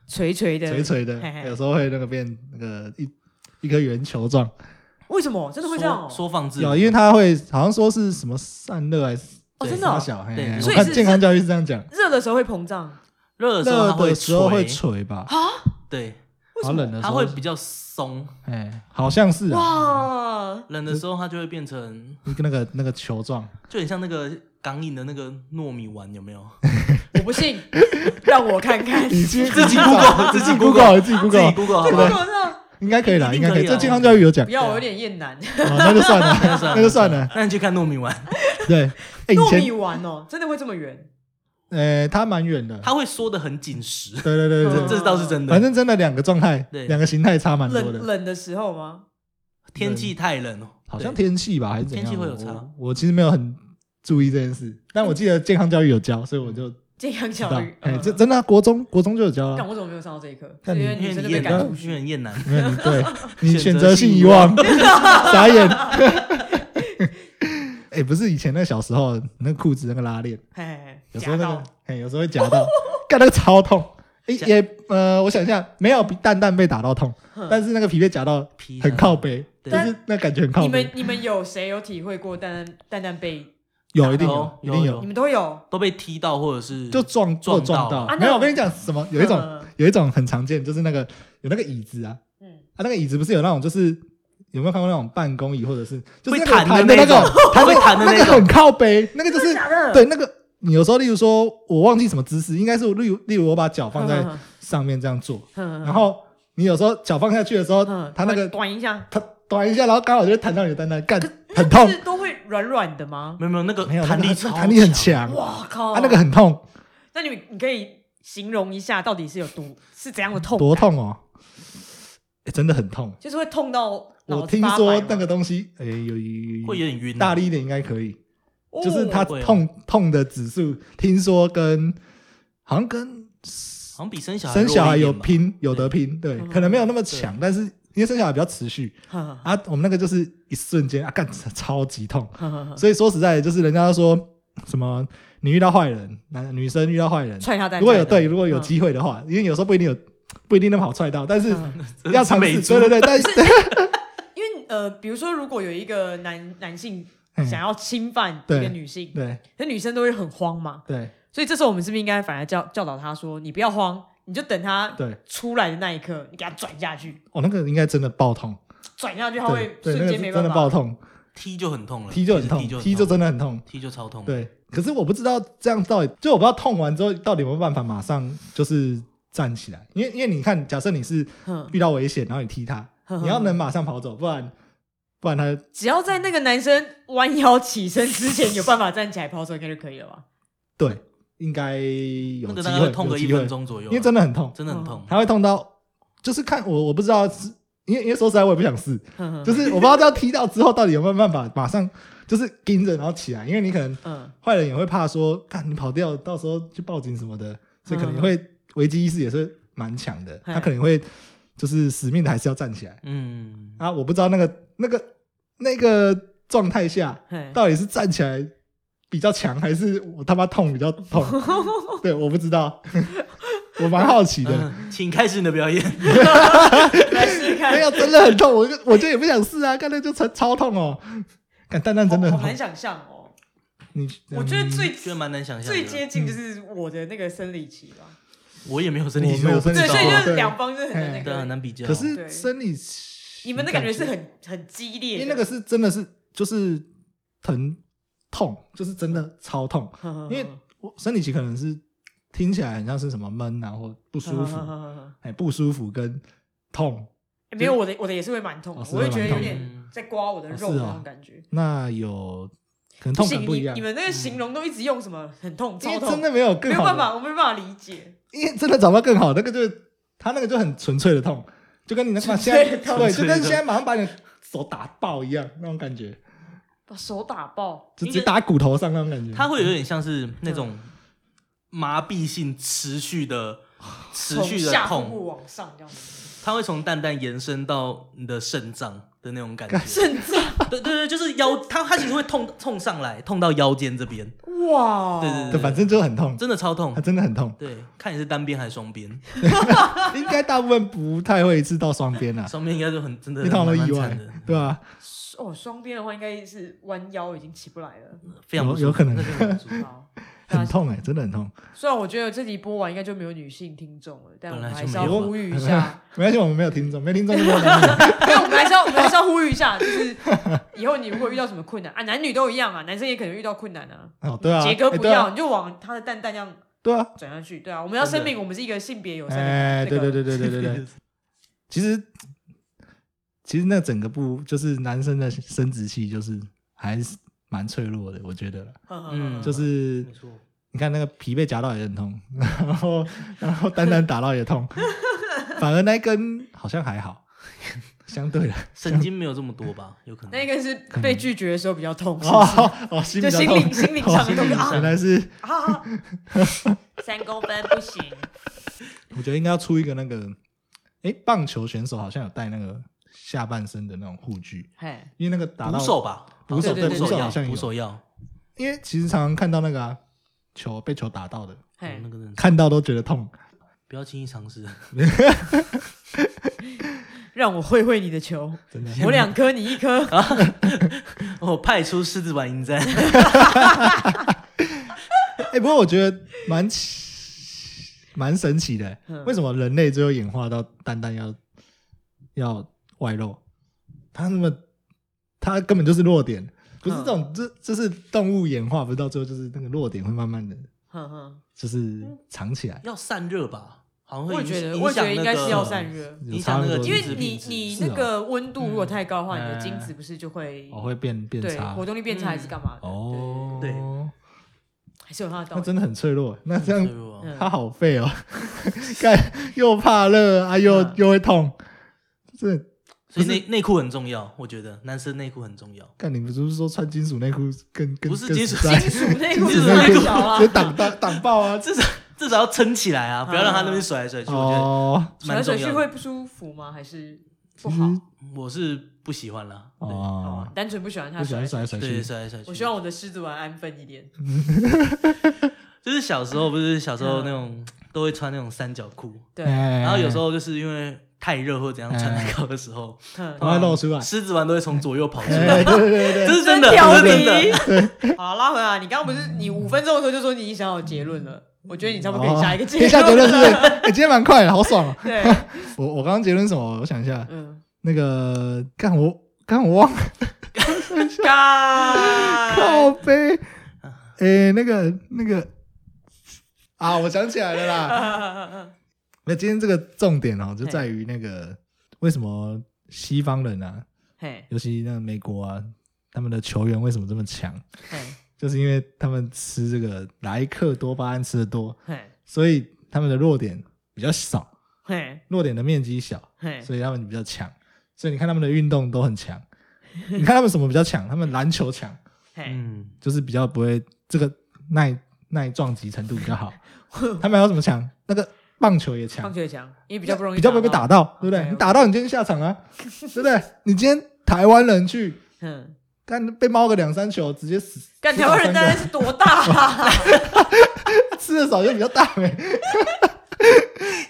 Speaker 2: 垂垂的
Speaker 1: 垂垂的
Speaker 2: 嘿，嘿
Speaker 1: 有时候会那个变那个一一颗圆球状，
Speaker 2: 为什么真 的会这样、哦？
Speaker 3: 缩缩放自
Speaker 1: 有，因为它会好像说是什么散热还是
Speaker 2: 哦，
Speaker 3: 对
Speaker 2: 真的、
Speaker 1: 啥
Speaker 2: 哦，
Speaker 1: 小，嘿
Speaker 3: 对
Speaker 1: 嘿
Speaker 3: 所
Speaker 1: 我
Speaker 2: 以
Speaker 1: 看
Speaker 2: 是
Speaker 1: 健康教育是这样讲，
Speaker 2: 热的时候会膨胀
Speaker 3: 热的时候它
Speaker 1: 热
Speaker 3: 会
Speaker 1: 的时候会
Speaker 3: 垂，啊
Speaker 1: 垂吧，
Speaker 3: 对，
Speaker 2: 为什
Speaker 1: 好
Speaker 2: 么
Speaker 1: 冷的时
Speaker 3: 它
Speaker 1: 候
Speaker 3: 会，比较松，
Speaker 1: 哎，好像是啊，
Speaker 2: 哇！
Speaker 3: 冷的时候它就会变成
Speaker 1: 一个那个那个球状，
Speaker 3: 就很像那个港饮的那个糯米丸，有没有？
Speaker 2: 我不信，让我看看。
Speaker 1: 你 去
Speaker 3: 自己
Speaker 1: 找
Speaker 3: Google，
Speaker 1: 自
Speaker 3: 自己
Speaker 1: 己
Speaker 3: Google，
Speaker 1: 自己
Speaker 3: 自
Speaker 1: Google，
Speaker 3: 己 Google 好
Speaker 2: 这
Speaker 3: 不
Speaker 2: 个
Speaker 3: 好？
Speaker 2: 我上
Speaker 1: 应该可以啦，
Speaker 3: 一
Speaker 1: 应
Speaker 3: 定
Speaker 1: 该
Speaker 3: 可以啊
Speaker 1: 这健康教育有讲
Speaker 2: 不，要，我有点厌男。
Speaker 1: 哦那就算了，那就算了，
Speaker 3: 那你去看糯米丸，
Speaker 1: 对，哎，以
Speaker 2: 糯米
Speaker 1: 前
Speaker 2: 丸哦，真的会这么圆？
Speaker 1: 呃，它蛮远的，
Speaker 3: 它会缩得很紧实，
Speaker 1: 对对对对对，
Speaker 2: 嗯
Speaker 3: 这倒是真的。
Speaker 1: 反正真的两个状态，
Speaker 3: 对
Speaker 1: 两个形态差蛮多
Speaker 2: 冷
Speaker 1: 的。
Speaker 2: 冷的时候吗？
Speaker 3: 天气太冷哦，
Speaker 1: 好像
Speaker 3: 对
Speaker 1: 天气吧，还是怎样？
Speaker 3: 天气会有
Speaker 1: 我
Speaker 3: 差
Speaker 1: 我我其实没有很注意这件事，但我记得健康教育有教，所以我就知
Speaker 2: 健康教
Speaker 1: 道
Speaker 2: 育。。
Speaker 1: 哎，
Speaker 2: 嗯
Speaker 1: 这真的啊国中国中就有教啊
Speaker 2: 但
Speaker 1: 了。
Speaker 2: 我怎么没有上到这一课？是
Speaker 1: 但你
Speaker 2: 因为
Speaker 3: 因
Speaker 2: 女
Speaker 3: 为
Speaker 2: 生
Speaker 3: 你
Speaker 2: 就被
Speaker 3: 厌
Speaker 2: 赶
Speaker 3: 男，
Speaker 2: 出
Speaker 3: 因
Speaker 2: 去。
Speaker 3: 为你厌男，
Speaker 1: 没有，你 对你选
Speaker 3: 选
Speaker 1: 择
Speaker 3: 择
Speaker 1: 性
Speaker 3: 性
Speaker 1: 遗
Speaker 3: 遗
Speaker 1: 忘， 傻眼。 哎，不是以前那小时候，那裤子那个拉链，
Speaker 2: 嘿嘿嘿
Speaker 1: 有时候
Speaker 2: 夹
Speaker 1: 那个
Speaker 2: 到，
Speaker 1: 哎，有时候会夹到， 干那个超痛。哎，
Speaker 3: 夹
Speaker 1: 也呃，我想一下，没有比蛋蛋被打到痛，
Speaker 3: 嗯
Speaker 1: 但是那个皮被夹到
Speaker 3: 皮
Speaker 1: 很靠背，就
Speaker 3: 对
Speaker 1: 是那感觉很靠
Speaker 2: 你
Speaker 1: 背
Speaker 2: 们。你们有谁有体会过蛋蛋蛋蛋被？
Speaker 1: 有，一定有，一
Speaker 3: 有
Speaker 1: 定
Speaker 3: 有
Speaker 1: 有
Speaker 2: 你，们都有？
Speaker 3: 都被踢到或者是
Speaker 1: 就撞
Speaker 3: 撞
Speaker 1: 就撞
Speaker 3: 到
Speaker 1: 到
Speaker 2: 啊。
Speaker 1: 没
Speaker 2: 那
Speaker 1: 有，我跟你讲什么？有一种
Speaker 2: 嗯
Speaker 1: 有一种很常见，就是那个有那个椅子啊，
Speaker 2: 嗯，
Speaker 1: 啊，那个椅子不是有那种就是有没有看过那种办公椅，或者是就是那个
Speaker 3: 会弹
Speaker 1: 弹
Speaker 3: 的
Speaker 1: 那
Speaker 3: 那
Speaker 1: 个
Speaker 3: 种会弹的
Speaker 1: 那
Speaker 3: 那
Speaker 1: 个
Speaker 3: 种
Speaker 1: 很靠背，那个就
Speaker 2: 真
Speaker 1: 是
Speaker 2: 的假的？
Speaker 1: 对那个你有时候例如说我忘记什么姿势，应该是例如例如我把脚放在
Speaker 2: 嗯
Speaker 1: 上面这样做，
Speaker 2: 嗯，
Speaker 1: 然后你有时候脚放下去的时候
Speaker 2: 嗯，
Speaker 1: 它那个
Speaker 2: 短一下，
Speaker 1: 它短一下，然后刚好就会弹到你的蛋蛋，干
Speaker 2: 可
Speaker 1: 很痛
Speaker 2: 是，都会软软的吗？
Speaker 3: 没有没有，那个
Speaker 1: 没有
Speaker 3: 弹力
Speaker 1: 那
Speaker 3: 超
Speaker 1: 个弹力很强，
Speaker 2: 哇靠！
Speaker 1: 啊，那个很痛，
Speaker 2: 那你你可以形容一下到底是有多是怎样的痛？
Speaker 1: 多？痛哦，欸真的很痛。
Speaker 2: 就是会痛到脑
Speaker 1: 我
Speaker 2: 子
Speaker 1: 听
Speaker 2: 发白
Speaker 1: 说
Speaker 2: 吗
Speaker 1: 那个东西，哎，有有
Speaker 3: 会有点晕啊，
Speaker 1: 大力一点应该可以，就是它
Speaker 3: 会哦
Speaker 1: 痛痛的指数，听说跟好像跟
Speaker 3: 好像比生小孩
Speaker 1: 生小孩
Speaker 3: 弱
Speaker 1: 有
Speaker 3: 一点吧，
Speaker 1: 拼，有得拼，对，
Speaker 2: 嗯
Speaker 1: 可能没有那么强，但是因为生小孩比较持续
Speaker 2: 哦
Speaker 1: 啊，我们那个就是一瞬间啊，干 超级痛，
Speaker 2: 呵呵 呵
Speaker 1: 所以说实在的，就是人家说什么你遇到坏人，男女生遇到坏人，
Speaker 2: 踹他蛋。
Speaker 1: 如果有
Speaker 2: 踹他
Speaker 1: 对，如果有
Speaker 2: 嗯
Speaker 1: 机会的话，因为有时候不一定有不一定那么好踹到，但是
Speaker 2: 嗯
Speaker 3: 真的
Speaker 1: 要
Speaker 3: 是
Speaker 1: 尝
Speaker 3: 美
Speaker 1: 试，
Speaker 3: 猪
Speaker 1: 对对对，但是
Speaker 2: 因为呃，比如说如果有一个男男性
Speaker 1: 嗯
Speaker 2: 想要侵犯一个
Speaker 1: 对
Speaker 2: 女性，
Speaker 1: 对
Speaker 2: 那女生都会很慌嘛，
Speaker 1: 对
Speaker 2: 所以这时候我们是不是应该反而教教导他说，你不要慌，你就等他
Speaker 1: 对，
Speaker 2: 出来的那一刻，你给他转下去，
Speaker 1: 哦，那个应该真的爆痛，
Speaker 2: 转下去他
Speaker 1: 对
Speaker 2: 会
Speaker 1: 对，那
Speaker 2: 瞬
Speaker 1: 个
Speaker 2: 间
Speaker 1: 是
Speaker 2: 没
Speaker 1: 真
Speaker 2: 办
Speaker 1: 的爆
Speaker 2: 法。
Speaker 1: 痛，
Speaker 3: 踢就很痛了，嗯
Speaker 1: 踢就很痛
Speaker 3: 其实，
Speaker 1: 踢
Speaker 3: 踢
Speaker 1: 就
Speaker 3: 就很
Speaker 1: 真的很痛，
Speaker 3: 踢就超痛，，
Speaker 1: 对。可是我不知道这样到底，就我不知道痛完之后到底有没有办法马上就是站起来，因为因为你看，假设你是
Speaker 2: 哼
Speaker 1: 遇到危险，然后你踢他，
Speaker 2: 哼
Speaker 1: 你要能马上跑走，不然不然他
Speaker 2: 只要在那个男生弯腰起身之前有办法站起来跑走，应该就可以了吧？
Speaker 1: 对应该有
Speaker 3: 那
Speaker 1: 机
Speaker 3: 个大概会
Speaker 1: 会，
Speaker 3: 痛个
Speaker 1: 有
Speaker 3: 一
Speaker 1: 机会
Speaker 3: 分，钟左右
Speaker 1: 因
Speaker 3: 啊，
Speaker 1: 为真的很痛，
Speaker 3: 真的很痛，
Speaker 1: 他会痛到就是看我我不知道是，因为因为说实在我也不想试，
Speaker 2: 哼哼
Speaker 1: 就是我不知道这样踢到之后到底有没有办法马上就是盯着然后起来，因为你可能
Speaker 2: 嗯
Speaker 1: 坏人也会怕说，看你跑掉，到时候去报警什么的，所以可能会危机意识也是蛮强的，
Speaker 2: 嘿
Speaker 1: 他可能会就是死命的还是要站起来
Speaker 3: 嗯，
Speaker 1: 啊！我不知道那个那个那个状态下
Speaker 2: 嘿
Speaker 1: 到底是站起来比较强，还是我他妈痛比较痛？对，我不知道，我蛮好奇的。
Speaker 3: 嗯请开始你的表演，
Speaker 2: 来试试看
Speaker 1: 没，有，真的很痛，我就我就也不想试啊，干脆就超超痛哦。看蛋蛋真的很
Speaker 2: 好
Speaker 1: 痛
Speaker 2: 好难，想象哦。
Speaker 1: 你
Speaker 2: 我觉得
Speaker 1: 嗯
Speaker 2: 最
Speaker 3: 觉得蛮难想象的，
Speaker 2: 最接近就是我的那个生理期吧。
Speaker 3: 我也没有身体
Speaker 1: 我
Speaker 3: 接
Speaker 1: 没有
Speaker 3: 触，
Speaker 1: 身体
Speaker 2: 对，
Speaker 1: 知道
Speaker 2: 所以
Speaker 1: 接触
Speaker 2: 就是
Speaker 1: 对
Speaker 2: 两方就是很难那
Speaker 3: 啊对啊很
Speaker 2: 个。
Speaker 3: 难比较，
Speaker 1: 可
Speaker 2: 哦对
Speaker 1: 是生理，
Speaker 2: 你们的感觉是很很激
Speaker 1: 因
Speaker 2: 烈
Speaker 1: 为
Speaker 2: 的，
Speaker 1: 那个是真的是就是疼痛，就是真的超痛。
Speaker 2: 呵呵呵，
Speaker 1: 因为我生理期可能是听起来很像是什么闷啊或不舒
Speaker 2: 呵
Speaker 1: 服，
Speaker 2: 呵呵呵
Speaker 1: 哎，不舒服跟痛，
Speaker 2: 欸没有我的我的也是会蛮痛的
Speaker 1: 哦，是
Speaker 2: 我
Speaker 1: 会
Speaker 2: 会觉
Speaker 1: 蛮
Speaker 2: 得有
Speaker 1: 痛
Speaker 2: 点在刮我的肉
Speaker 1: 哦是
Speaker 2: 的
Speaker 1: 哦
Speaker 2: 那种感觉。
Speaker 1: 那有可能
Speaker 2: 不
Speaker 1: 痛
Speaker 2: 行
Speaker 1: 感不一样嗯
Speaker 2: 你你。们那个形容都一直用什么很痛、
Speaker 1: 因
Speaker 2: 超
Speaker 1: 为
Speaker 2: 痛，
Speaker 1: 真的没有
Speaker 2: 没
Speaker 1: 更
Speaker 2: 有
Speaker 1: 好的
Speaker 2: 办法，我没有办法理解。
Speaker 1: 因为真的找不到更好，那个就是他那个就很纯粹的痛，就跟你那个
Speaker 2: 纯
Speaker 1: 现
Speaker 2: 粹
Speaker 1: 在
Speaker 2: 的痛
Speaker 1: 对，就
Speaker 3: 纯粹的
Speaker 1: 跟
Speaker 3: 痛
Speaker 1: 现在马上把你手打爆一样那种感觉，
Speaker 2: 把手打爆，
Speaker 1: 就直接打骨头上那种感觉。
Speaker 3: 它会有点像是那
Speaker 2: 嗯
Speaker 3: 种麻痹性持续的、持
Speaker 2: 从
Speaker 3: 续的
Speaker 2: 下腹
Speaker 3: 痛，
Speaker 2: 部往上这样子，
Speaker 3: 它会从蛋蛋延伸到你的肾脏的那种感 觉。
Speaker 2: 甚至
Speaker 3: 对对对，就是腰，它它其实会痛痛上来，痛到腰间这边，
Speaker 2: 哇，
Speaker 3: 对对
Speaker 1: 对，反正就很痛，
Speaker 3: 真的超
Speaker 1: 它
Speaker 3: 痛。
Speaker 1: 真的很痛。
Speaker 3: 对，看你是单边还是双边，
Speaker 1: 应该大部分不太会一次到双边啦，啊
Speaker 3: 双边应该就很真的
Speaker 1: 因为他们
Speaker 3: 啊蛮
Speaker 1: 会
Speaker 3: 蛮
Speaker 1: 意外
Speaker 3: 惨的，
Speaker 1: 对啊吧？
Speaker 2: 哦，双边的话应该是弯腰已经起不来了。
Speaker 3: 非常不
Speaker 1: 有
Speaker 3: 舒服
Speaker 1: 有可能
Speaker 3: 那真的很不舒服
Speaker 2: 好，
Speaker 1: 很痛哎，真的很痛。
Speaker 2: 虽然我觉得这集播完应该就没有女性听众了，但我们
Speaker 3: 本来
Speaker 2: 还
Speaker 3: 就是没
Speaker 2: 要
Speaker 3: 有啊
Speaker 2: 呼吁一下，
Speaker 1: 没关系，我们没有听众，没听众就没有男女。
Speaker 2: 对，我们还是要我们还是要呼吁一下，就是以后你如果遇到什么困难啊，男女都一样啊，男生也可能遇到困难啊，
Speaker 1: 哦，对啊，
Speaker 2: 杰哥
Speaker 1: 哎
Speaker 2: 不
Speaker 1: 对啊
Speaker 2: 要，你就往他的蛋蛋这样
Speaker 1: 对啊，
Speaker 2: 转下去，对啊，我们要声明我们是一个性别友善的，
Speaker 1: 哎，
Speaker 2: 那
Speaker 1: 对
Speaker 2: 个
Speaker 1: 对 对对对对对，其实其实那整个部就是男生的生殖器就是还是蛮脆弱的，我觉得啦，
Speaker 2: 呵呵呵
Speaker 3: 嗯
Speaker 1: 就是
Speaker 3: 没错，
Speaker 1: 你看那个皮被夹到也很痛，然后然后单单打到也痛，反而那一根好像还好，相对的
Speaker 3: 神经没有这么多吧？有可
Speaker 2: 那
Speaker 3: 能。
Speaker 2: 个是被拒绝的时候比较痛，是不是
Speaker 1: 哦 哦，心
Speaker 2: 就
Speaker 1: 比较
Speaker 2: 心
Speaker 1: 痛，
Speaker 2: 灵心灵
Speaker 1: 哦
Speaker 2: 上的痛
Speaker 1: 原
Speaker 2: 啊
Speaker 1: 来是
Speaker 2: 啊，三公分不行，
Speaker 1: 我觉得应该要出一个那个，哎，棒球选手好像有戴那个下半身的那种护具，
Speaker 2: 嘿，
Speaker 1: 因为那个打到
Speaker 3: 捕手，吧，
Speaker 1: 捕手
Speaker 2: 对
Speaker 3: 捕
Speaker 2: 对
Speaker 3: 手
Speaker 2: 对
Speaker 1: 好像
Speaker 3: 药，
Speaker 1: 有
Speaker 3: 捕手药，
Speaker 1: 因为其实常常看到那个、啊、球被球打到的，
Speaker 2: 嘿
Speaker 3: 嗯那，个人
Speaker 1: 看到都觉得痛。
Speaker 3: 不要轻易尝试。
Speaker 2: 让我会会你的球，
Speaker 1: 真的
Speaker 2: 我两颗你一颗，
Speaker 3: 我派出狮子丸迎 战，
Speaker 1: 哎，不过我觉得蛮奇蛮神奇的，
Speaker 2: 嗯
Speaker 1: 为什么人类最后演化到蛋蛋要要外露？它那么它根本就是弱点，不是这
Speaker 2: 嗯
Speaker 1: 种，这这是动物演化，不是到最后就是那个弱点会慢慢的
Speaker 2: 哼哼，
Speaker 1: 就是藏起来。
Speaker 3: 要散热吧？好像
Speaker 2: 我
Speaker 3: 会
Speaker 2: 也觉
Speaker 3: 影
Speaker 2: 得，
Speaker 3: 影
Speaker 2: 我也觉
Speaker 3: 响
Speaker 2: 得应
Speaker 3: 那
Speaker 2: 该是要
Speaker 3: 个。
Speaker 2: 散热，
Speaker 3: 影响那个
Speaker 2: 因
Speaker 3: 精
Speaker 2: 为
Speaker 3: 子
Speaker 2: 你
Speaker 3: 品质
Speaker 2: 你
Speaker 1: 是
Speaker 2: 那
Speaker 1: 哦哎
Speaker 2: 个温度如果太高的话，你的
Speaker 3: 嗯
Speaker 2: 精子不是就会
Speaker 1: 哦会变变
Speaker 2: 对
Speaker 1: 差
Speaker 2: 活动力变差还是干嘛的？
Speaker 1: 哦，
Speaker 3: 对对，
Speaker 2: 还是有它的道
Speaker 1: 那
Speaker 2: 理。
Speaker 1: 真的很脆弱。那这样
Speaker 2: 嗯
Speaker 1: 他好废哦，看又怕热啊，又
Speaker 2: 嗯
Speaker 1: 又会痛，这
Speaker 3: 所
Speaker 1: 不
Speaker 3: 以
Speaker 1: 是
Speaker 3: 内内裤很重要，我觉得男生内裤很重要。
Speaker 1: 看你不是说穿金属内裤更更
Speaker 3: 不是
Speaker 1: 更
Speaker 3: 金属
Speaker 1: 实在
Speaker 2: 金属内裤
Speaker 1: 金
Speaker 2: 是
Speaker 1: 属
Speaker 2: 太
Speaker 1: 内裤
Speaker 2: 小啊
Speaker 1: 就，挡挡挡爆啊！
Speaker 3: 至少 至少要撑起来啊，不要让他那边甩来甩去。我觉
Speaker 1: 哦
Speaker 3: 得
Speaker 2: 甩来
Speaker 3: 蛮
Speaker 2: 甩
Speaker 3: 重
Speaker 2: 去
Speaker 3: 要
Speaker 2: 会
Speaker 3: 的。
Speaker 2: 不舒服吗？还是
Speaker 1: 其
Speaker 2: 不
Speaker 1: 实
Speaker 2: 好？
Speaker 3: 我是不喜欢啦，对
Speaker 1: 哦，
Speaker 2: 单纯不喜欢它
Speaker 1: 不喜
Speaker 2: 甩
Speaker 1: 欢
Speaker 2: 来甩
Speaker 1: 甩
Speaker 2: 去。
Speaker 1: 来甩
Speaker 3: 对，
Speaker 1: 去，
Speaker 3: 甩来甩去。
Speaker 2: 我希望我的狮子丸安分一点。
Speaker 1: 嗯
Speaker 3: 就是小时候不是小时候
Speaker 2: 嗯
Speaker 3: 那种都会穿那种三角裤，
Speaker 2: 对，
Speaker 1: 然
Speaker 3: 然后有时候就是因为太热或怎样
Speaker 1: 哎
Speaker 3: 穿太高的时候，
Speaker 2: 嗯
Speaker 1: 它会露出来，
Speaker 3: 狮子丸都会从左右跑出来，
Speaker 1: 哎对对对对
Speaker 3: 这是真的，
Speaker 2: 调
Speaker 3: 这是真的。
Speaker 2: 皮。好，拉回来，你刚刚不是你五分钟的时候就说你已经想好结论了，我觉得你差不多可以下一个
Speaker 1: 哦可以下结论
Speaker 2: 论
Speaker 1: 是不是？哎，今天蛮快的，好爽啊！
Speaker 2: 对，
Speaker 1: 我我刚刚结论什么？我想一下，
Speaker 2: 嗯，
Speaker 1: 那个干我干我忘了靠
Speaker 2: 干，
Speaker 1: 背， 哎，那个那个啊，我想起来了啦。 那今天这个重点哦，就在于那个为什么西方人啊，
Speaker 2: 嘿，
Speaker 1: 尤其那个美国啊，他们的球员为什么这么强？
Speaker 2: 嘿，
Speaker 1: 就是因为他们吃这个莱克多巴胺吃的多，
Speaker 2: 嘿，
Speaker 1: 所以他们的弱点比较少，
Speaker 2: 嘿，
Speaker 1: 弱点的面积小，
Speaker 2: 嘿，
Speaker 1: 所以他们比较强。所以你看他们的运动都很强，你看他们什么比较强？他们篮球强，
Speaker 2: 嘿，
Speaker 3: 嗯，
Speaker 1: 就是比较不会这个耐耐撞击程度比较好。他们还有什么强？那个棒球也强
Speaker 2: 棒，球也强，因为比较不容易，
Speaker 1: 比较不会被打
Speaker 2: 到。
Speaker 1: 到，对不对？
Speaker 2: OK，OK
Speaker 1: 你打到你今天下场啊，对不对？你今天台湾人去
Speaker 2: 嗯，
Speaker 1: 干被猫个两三球，直接死。
Speaker 2: 干
Speaker 1: 死
Speaker 2: 台
Speaker 1: 打
Speaker 2: 湾人
Speaker 1: 三
Speaker 2: 大
Speaker 1: 个
Speaker 2: 概是多大啊？
Speaker 1: 吃的少就比较大呗。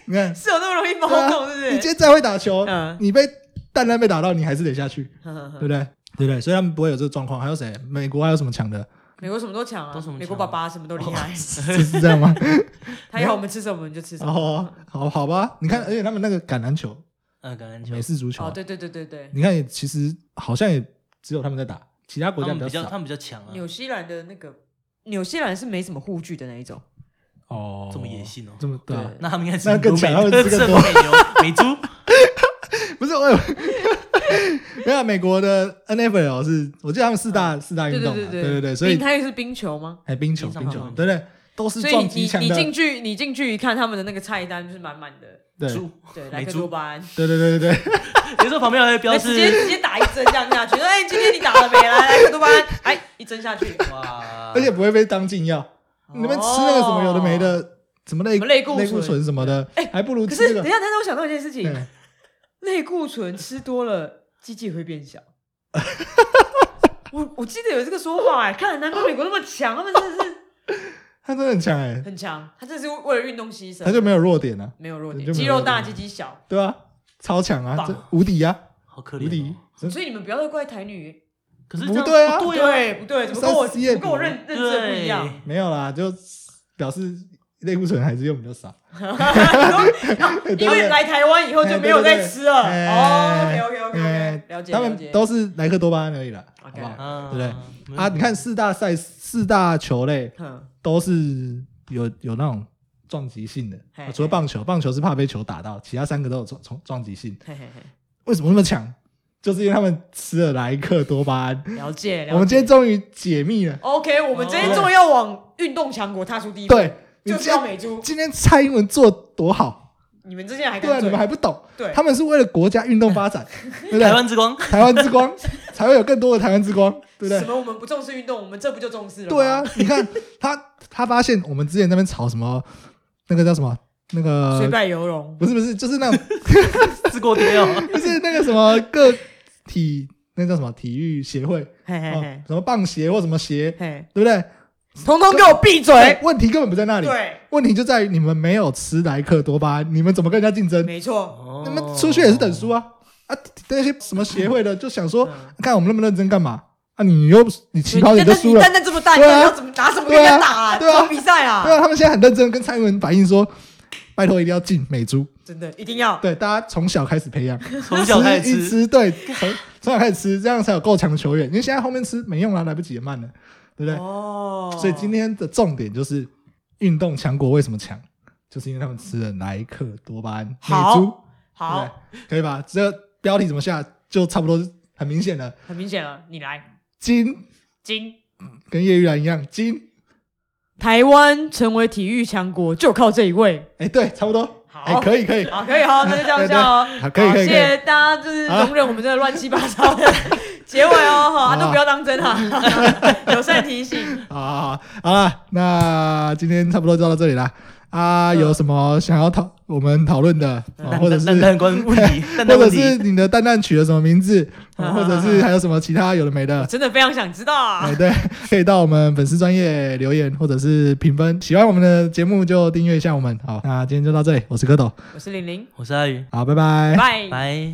Speaker 1: 你看，
Speaker 2: 是有那么容易
Speaker 1: 对
Speaker 2: 毛
Speaker 1: 啊
Speaker 2: 孔，是
Speaker 1: 你
Speaker 2: 不
Speaker 1: 今天
Speaker 2: 是？
Speaker 1: 再会打球，
Speaker 2: 嗯
Speaker 1: 你被蛋蛋被打到，你还是得下去，对不对？
Speaker 2: 嗯，
Speaker 1: 对不对？所以他们不会有这个状况。还有谁？美国还有什么强的？
Speaker 2: 美国什么都强啊
Speaker 3: 都什，么
Speaker 2: 美国
Speaker 3: 强
Speaker 2: 爸爸什么都厉害，
Speaker 1: 哦是是这样 吗？
Speaker 2: 他要我们吃什么我们就吃什么。
Speaker 1: 哦，好好吧。你看，而且他们那个橄榄球、
Speaker 3: 呃，橄榄球
Speaker 1: 美，式足球
Speaker 2: 哦，，对对对对对，
Speaker 1: 你看也其实好像也只有他们在打，其他国
Speaker 3: 他
Speaker 1: 家
Speaker 3: 们比较他
Speaker 1: 少。
Speaker 3: 们比较强啊，
Speaker 2: 纽西兰的那个纽西兰是没什么护具的那一种，
Speaker 1: 哦
Speaker 3: 这么野性哦
Speaker 1: 这么对啊。
Speaker 2: 对
Speaker 3: 那他们应该是
Speaker 1: 那更
Speaker 3: 美
Speaker 1: 强啊他们
Speaker 3: 特
Speaker 1: 吃更
Speaker 3: 色
Speaker 1: 多
Speaker 3: 美牛美猪，
Speaker 1: 不是我有，没有美国的 NFL 是，我记得他们四大四大运
Speaker 2: 对嗯对
Speaker 1: 动嘛，
Speaker 2: 对
Speaker 1: 对对对，所以
Speaker 2: 冰它也是冰球吗？
Speaker 1: 还冰球，
Speaker 3: 冰上
Speaker 1: 冰球
Speaker 3: 棒，球
Speaker 1: 对不对？都是
Speaker 2: 所以你
Speaker 1: 撞击
Speaker 2: 你
Speaker 1: 强
Speaker 2: 你
Speaker 1: 的，
Speaker 2: 进去你进去一看他们的那个菜单就是满满的，
Speaker 1: 对
Speaker 3: 猪，
Speaker 2: 对，莱
Speaker 3: 美
Speaker 2: 克
Speaker 3: 猪
Speaker 2: 多，巴胺，
Speaker 1: 对对对对
Speaker 2: 啊
Speaker 1: 对，
Speaker 3: 有时候旁边还会标
Speaker 2: 哎直接
Speaker 3: 示，
Speaker 2: 直接打一针这样下去，说哎今天你打了没？来莱克多巴胺，哎一针下去，
Speaker 3: 哇，
Speaker 1: 而且不会被当禁药。你们吃那个什么有的没的，什么类
Speaker 2: 哦什么类固醇啊哎
Speaker 1: 类固醇什么的，还不如
Speaker 2: 可
Speaker 1: 吃
Speaker 2: 是
Speaker 1: 这
Speaker 2: 等一
Speaker 1: 个。
Speaker 2: 下，但是我想到一件事情，
Speaker 1: 对
Speaker 2: 类固醇吃多了，鸡鸡会变小。 我我记得有这个说法哎，看难怪美国那么强，他们真的是
Speaker 1: 他真的很强哎，
Speaker 2: 很强，他真的是为了运动牺牲，
Speaker 1: 他就没有弱点啊，
Speaker 2: 没有弱
Speaker 1: 就
Speaker 2: 点，
Speaker 1: 没有
Speaker 2: 肌肉
Speaker 1: 弱点
Speaker 2: 大，鸡鸡小，
Speaker 1: 对啊，超强啊，
Speaker 2: 棒
Speaker 1: 这无敌啊，
Speaker 3: 好可
Speaker 1: 无
Speaker 3: 怜
Speaker 1: 敌
Speaker 3: 哦。。
Speaker 1: 真
Speaker 2: 所以你们不要再怪台女，
Speaker 3: 可是
Speaker 1: 不
Speaker 3: 这样
Speaker 1: 对啊
Speaker 3: 不对啊
Speaker 2: 对不对？怎么跟我
Speaker 1: 三十页
Speaker 2: 怎么跟我认认知的不一样？
Speaker 1: 没有啦，就表示类固醇还是用比较 少。
Speaker 2: 因为来台湾以后就没有再吃了。哦
Speaker 1: 哎
Speaker 2: ，OK OK OK，
Speaker 1: 哎
Speaker 2: 了解
Speaker 1: 他
Speaker 2: 了
Speaker 1: 们
Speaker 2: 解。
Speaker 1: 都是莱克多巴胺而已啦，好
Speaker 2: OK 嗯
Speaker 1: 不好？
Speaker 3: 啊，
Speaker 1: 对不对
Speaker 3: 没有
Speaker 1: 啊，你看四大赛四大球类
Speaker 2: 哼
Speaker 1: 都是有有那种撞击性的啊
Speaker 2: 嘿，
Speaker 1: 除了棒球，棒球是怕被球打到，其他三个都有撞撞撞击性。
Speaker 2: 嘿嘿嘿，
Speaker 1: 为什么那么强？就是因为他们吃了莱克多巴胺。
Speaker 2: 了解。了
Speaker 1: 我们
Speaker 2: 解
Speaker 1: 今天终于解密了，
Speaker 2: OK，我们今天终于要往运动强国踏出第一步，
Speaker 1: 对，你
Speaker 2: 就
Speaker 1: 今
Speaker 2: 是要
Speaker 1: 天
Speaker 2: 美猪。
Speaker 1: 今天蔡英文做多好，
Speaker 2: 你们之前还
Speaker 1: 对啊，
Speaker 2: 跟
Speaker 1: 你们还
Speaker 2: 对，
Speaker 1: 不懂，
Speaker 2: 对
Speaker 1: 他们是为了国家运动发 展，对啊不
Speaker 3: 台
Speaker 1: 对？
Speaker 3: 湾之 光，
Speaker 1: 台湾之光才会有更多的台湾之光，对不
Speaker 2: 什
Speaker 1: 对？
Speaker 2: 么我们不重视运动，我们这不就重视了？
Speaker 1: 对啊，，你看他他发现我们之前那边吵什么，那个叫什么那
Speaker 2: 虽
Speaker 1: 个。
Speaker 2: 败犹荣。
Speaker 1: 不是不是，就是那种
Speaker 3: 自锅爹哦，
Speaker 1: 不是那个什么个体，那叫什么体育协会，
Speaker 2: 嘿嘿
Speaker 1: 哦
Speaker 2: 嘿，
Speaker 1: 什么棒协或什么协，
Speaker 2: 嘿，
Speaker 1: 对不对？
Speaker 2: 通通给我闭嘴
Speaker 1: 对，！问题根本不在那里，
Speaker 2: 对，
Speaker 1: 问题就在于你们没有吃莱克多巴，胺，你们怎么跟人家竞争？
Speaker 2: 没错。
Speaker 1: 你们出去也是等输啊啊！那些什么协会的就想说，
Speaker 2: 嗯
Speaker 1: 看我们那么认真干嘛？啊，你又你起跑点就输了，
Speaker 2: 蛋蛋这么大，你
Speaker 1: 对啊
Speaker 2: 到底要怎么拿什么跟人家打啊？
Speaker 1: 对啊
Speaker 2: 怎么比赛啊？
Speaker 1: 对啊，他们现在很认真跟蔡英文反映说，拜托一定要进美猪，
Speaker 2: 真的一定要。
Speaker 1: 对，大家从小开始培养，
Speaker 3: 从小开始
Speaker 1: 一
Speaker 3: 吃，
Speaker 1: 吃，对，从从小开始吃，这样才有够强的球员。因为现在后面吃没用了，来不及，也慢了，对不对？
Speaker 2: 哦，
Speaker 1: 所以今天的重点就是运动强国为什么强，就是因为他们吃了莱克多巴胺美
Speaker 2: 好
Speaker 1: 珠，对
Speaker 2: 好，
Speaker 1: 不对，可以吧？这个标题怎么下就差不多很明显了，
Speaker 2: 很明显了，你来
Speaker 1: 金
Speaker 2: 金。
Speaker 1: 跟叶玉兰一样金，
Speaker 2: 台湾成为体育强国，就靠这一位。
Speaker 1: 哎，对，差不多，
Speaker 2: 好
Speaker 1: 哎，可以可以，
Speaker 2: 好，可以哈，那就这样
Speaker 1: 对对
Speaker 2: 下哦。
Speaker 1: 好可以
Speaker 2: 好
Speaker 1: 可以
Speaker 2: 谢
Speaker 1: 可
Speaker 2: 谢大家，就是容忍我们这乱七八 糟的结尾哦，哈，啊都不要当真啊， 友善提醒。
Speaker 1: 好好好，好了，那今天差不多就到这里啦。啊，
Speaker 2: 嗯
Speaker 1: 有什么想要讨我们讨论的，哦
Speaker 3: 蛋
Speaker 1: 或者
Speaker 3: 蛋
Speaker 1: 是
Speaker 3: 蛋蛋关问 题，蛋
Speaker 1: 或
Speaker 3: 蛋问
Speaker 1: 者
Speaker 3: 题
Speaker 1: 是你的蛋蛋取了什么名字，哦或者是还有什么其他有的没的
Speaker 2: 我，真的非常想知道啊
Speaker 1: 哎，，对，可以到我们粉丝专业留言或者是评分。喜欢我们的节目就订阅一下我们。好，那今天就到这里，我是蝌蚪，
Speaker 2: 我是玲玲，
Speaker 1: 哎
Speaker 3: 我是阿宇，
Speaker 1: 好，拜拜。
Speaker 2: 拜。
Speaker 3: 拜。